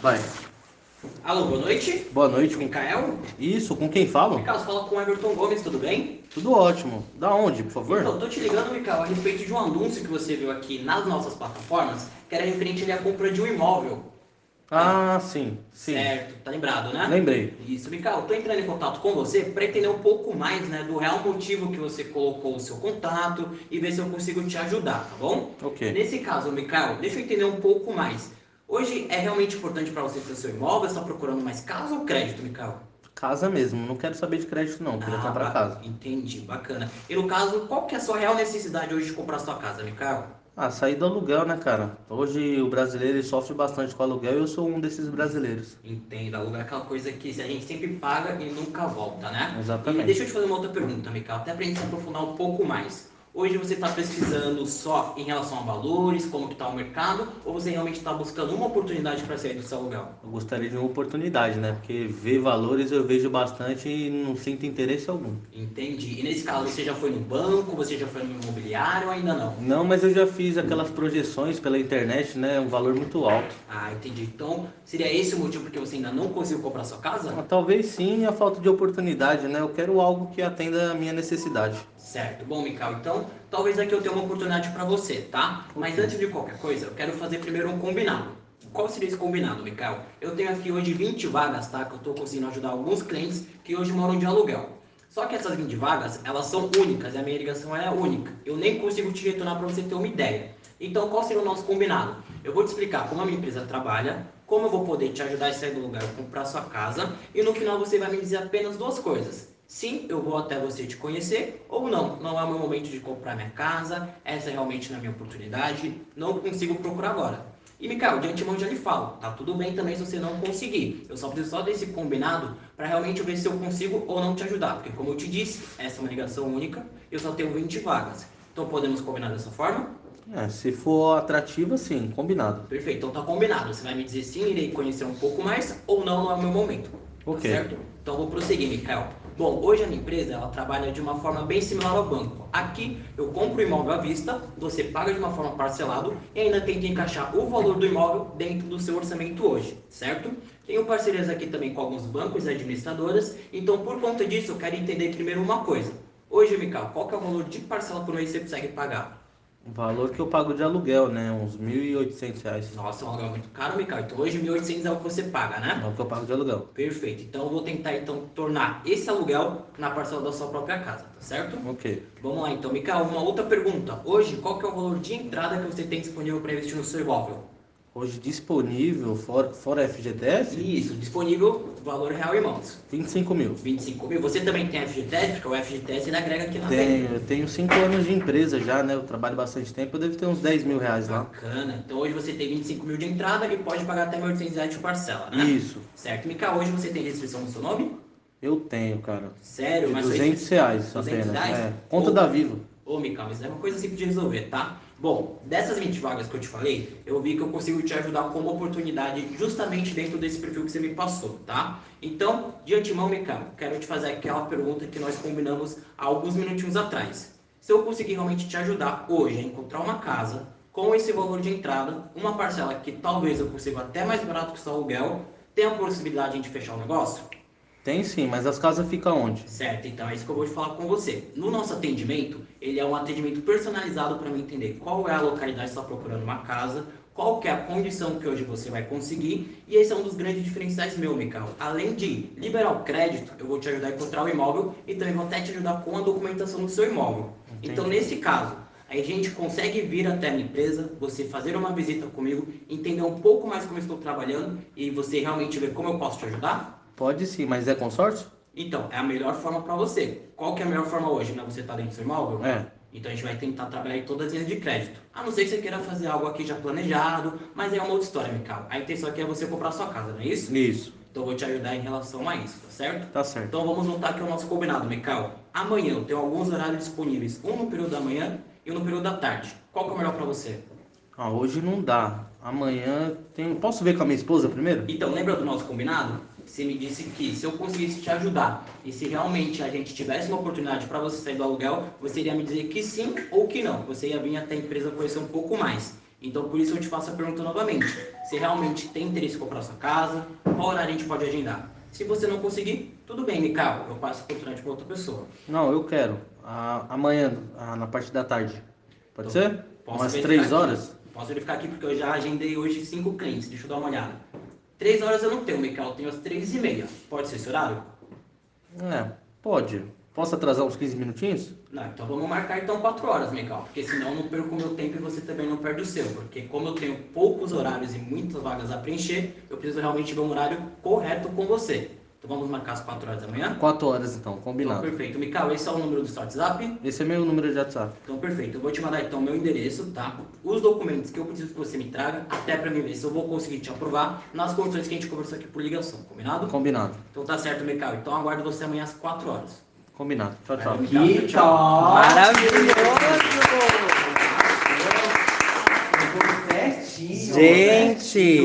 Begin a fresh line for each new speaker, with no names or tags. Vai.
Alô, boa noite.
Boa noite. Com...
Mikael?
Isso, com quem fala?
Mikael, você fala com o Everton Gomes, tudo bem?
Tudo ótimo. Da onde, por favor?
Então, tô te ligando, Mikael, a respeito de um anúncio que você viu aqui nas nossas plataformas, que era referente ali à compra de um imóvel.
Ah, sim, sim.
Certo, tá lembrado, né?
Lembrei.
Isso, Mikael, tô entrando em contato com você para entender um pouco mais, né, do real motivo que você colocou o seu contato e ver se eu consigo te ajudar, tá bom?
Ok.
Nesse caso, Mikael, deixa eu entender um pouco mais. Hoje é realmente importante para você ter o seu imóvel, está procurando mais casa ou crédito, Mikael?
Casa mesmo. Não quero saber de crédito, não. Queria comprar
Ah, ba-
casa.
Entendi, bacana. E no caso, qual que é a sua real necessidade hoje de comprar sua casa, Mikael?
Ah, sair do aluguel, né, cara? Hoje o brasileiro ele sofre bastante com aluguel e eu sou um desses brasileiros.
Entendo, aluga é aquela coisa que a gente sempre paga e nunca volta, né? E
Exatamente.
deixa eu te fazer uma outra pergunta, Mikael, até pra gente se aprofundar um pouco mais. Hoje você está pesquisando só em relação a valores, como que está o mercado, ou você realmente está buscando uma oportunidade para sair do seu aluguel?
Eu gostaria de uma oportunidade, né? Porque ver valores eu vejo bastante e não sinto interesse algum.
Entendi. E nesse caso, você já foi no banco, você já foi no imobiliário ou ainda não?
Não, mas eu já fiz aquelas projeções pela internet, né? Um valor muito alto.
Ah, entendi. Então, seria esse o motivo porque você ainda não conseguiu comprar sua casa?
Ah, Talvez sim, a falta de oportunidade, né? Eu quero algo que atenda a minha necessidade.
Certo. Bom, Mikael, então talvez aqui eu tenha uma oportunidade para você, tá? Mas antes de qualquer coisa, eu quero fazer primeiro um combinado. Qual seria esse combinado, Mikael? Eu tenho aqui hoje 20 vagas, tá? Que eu tô conseguindo ajudar alguns clientes que hoje moram de aluguel. Só que essas 20 vagas, elas são únicas e a minha ligação ela é única. Eu nem consigo te retornar para você ter uma ideia. Então, qual seria o nosso combinado? Eu vou te explicar como a minha empresa trabalha, como eu vou poder te ajudar a sair do lugar, comprar sua casa, e no final você vai me dizer apenas duas coisas. Sim, eu vou até você te conhecer, ou não, não é o meu momento de comprar minha casa, essa realmente não é a minha oportunidade, não consigo procurar agora. E, Mikael, de antemão já lhe falo, tá tudo bem também se você não conseguir. Eu só preciso só desse combinado para realmente ver se eu consigo ou não te ajudar. Porque, como eu te disse, essa é uma ligação única, eu só tenho 20 vagas. Então, podemos combinar dessa forma?
É, se for atrativa, sim, combinado.
Perfeito, então tá combinado. Você vai me dizer sim, irei conhecer um pouco mais, ou não, não é o meu momento.
Ok.
Tá certo? Então eu vou prosseguir, Mikael. Bom, hoje a minha empresa ela trabalha de uma forma bem similar ao banco. Aqui eu compro o imóvel à vista, você paga de uma forma parcelado e ainda tenta encaixar o valor do imóvel dentro do seu orçamento hoje, certo? Tenho parcerias aqui também com alguns bancos e administradoras, então por conta disso eu quero entender primeiro uma coisa. Hoje, Mikael, qual que é o valor de parcela por mês que você consegue pagar?
O Um valor que eu pago de aluguel, né? Uns R$ 1.800. reais.
Nossa, é um aluguel muito caro, Mikael. Então hoje 1.800 é o que você paga, né?
É o que eu pago de aluguel.
Perfeito. Então eu vou tentar então tornar esse aluguel na parcela da sua própria casa, tá certo?
Ok.
Vamos lá então, Mikael, uma outra pergunta. Hoje, qual que é o valor de entrada que você tem disponível para investir no seu imóvel?
Hoje disponível, fora, fora FGTS,
Isso, disponível, valor real em mãos.
25 mil.
25 mil. Você também tem FGTS, porque o FGTS ele agrega aqui na média.
Tenho, eu tenho 5 anos de empresa já, né? Eu trabalho bastante tempo, eu devo ter uns 10 mil reais lá.
Bacana. Então hoje você tem 25 mil de entrada e pode pagar até 1.800 reais de parcela, né?
Isso,
Certo, Mikael, hoje você tem restrição no seu nome?
eu tenho, cara.
Sério,
De
mas sua
200 reais
200
apenas.
reais?
É, conta
Ou-
da Vivo.
Ô, Mikael, isso é uma coisa simples de resolver, tá? Bom, dessas 20 vagas que eu te falei, eu vi que eu consigo te ajudar com uma oportunidade justamente dentro desse perfil que você me passou, tá? Então, de antemão, Mikael, quero te fazer aquela pergunta que nós combinamos há alguns minutinhos atrás. Se eu conseguir realmente te ajudar hoje a encontrar uma casa com esse valor de entrada, uma parcela que talvez eu consiga até mais barato que o seu aluguel, tem a possibilidade de fechar o negócio?
Tem sim, mas as casas ficam onde?
Certo, então é isso que eu vou te falar com você. No nosso atendimento, ele é um atendimento personalizado para me entender qual é a localidade que você está procurando uma casa, qual que é a condição que hoje você vai conseguir, e esse é um dos grandes diferenciais meu, Mikael. Além de liberar o crédito, eu vou te ajudar a encontrar o imóvel e também vou até te ajudar com a documentação do seu imóvel. Então, nesse caso, a gente consegue vir até a minha empresa, você fazer uma visita comigo, entender um pouco mais como eu estou trabalhando e você realmente ver como eu posso te ajudar?
Pode sim, mas é consórcio?
Então, é a melhor forma para você. Qual que é a melhor forma hoje, né? Você tá dentro do seu imóvel?
É.
Então a gente vai tentar trabalhar em todas as linhas de crédito. A não ser que você queira fazer algo aqui já planejado, mas aí é uma outra história, Mical. A intenção aqui é você comprar sua casa, não é isso?
Isso,
Então eu vou te ajudar em relação a isso, tá certo?
tá certo.
Então vamos voltar aqui ao nosso combinado, Mical. Amanhã eu tenho alguns horários disponíveis, um no período da manhã e um no período da tarde. Qual que é o melhor para você?
Ah, hoje não dá. Amanhã tem. Posso ver com a minha esposa primeiro?
Então, lembra do nosso combinado? Você me disse que se eu conseguisse te ajudar e se realmente a gente tivesse uma oportunidade para você sair do aluguel, você iria me dizer que sim ou que não. Você ia vir até a empresa conhecer um pouco mais. Então, por isso eu te faço a pergunta novamente. se realmente tem interesse em comprar sua casa, qual horário a gente pode agendar. Se você não conseguir, tudo bem, Mical, eu passo a oportunidade para outra pessoa.
Não, eu quero. A- amanhã, a- na parte da tarde. Pode
Então,
ser? Umas
verificar
três
aqui.
horas?
Posso verificar aqui porque eu já agendei hoje cinco clientes, deixa eu dar uma olhada. Três horas eu não tenho, Mical, eu tenho às três e meia. Pode ser esse horário?
É, pode. Posso atrasar uns 15 minutinhos?
Não, então vamos marcar então 4 horas, Mical, porque senão eu não perco o meu tempo e você também não perde o seu. Porque como eu tenho poucos horários e muitas vagas a preencher, eu preciso realmente ver um horário correto com você. Então vamos marcar as 4 horas da manhã?
Quatro horas então,
Então,
combinado.
perfeito. Mical, esse é o número do seu WhatsApp?
Esse é meu número de WhatsApp.
Então perfeito, eu vou te mandar então o meu endereço, tá? Os documentos que eu preciso que você me traga, até pra mim ver se eu vou conseguir te aprovar nas condições que a gente conversou aqui por ligação, combinado?
Combinado.
Então tá certo, Mical. Então aguardo você amanhã às 4 horas.
Combinado. Tchau, tchau.
Valeu, Mical.
Que top!
Maravilhoso!
Pegou certinho.
Gente!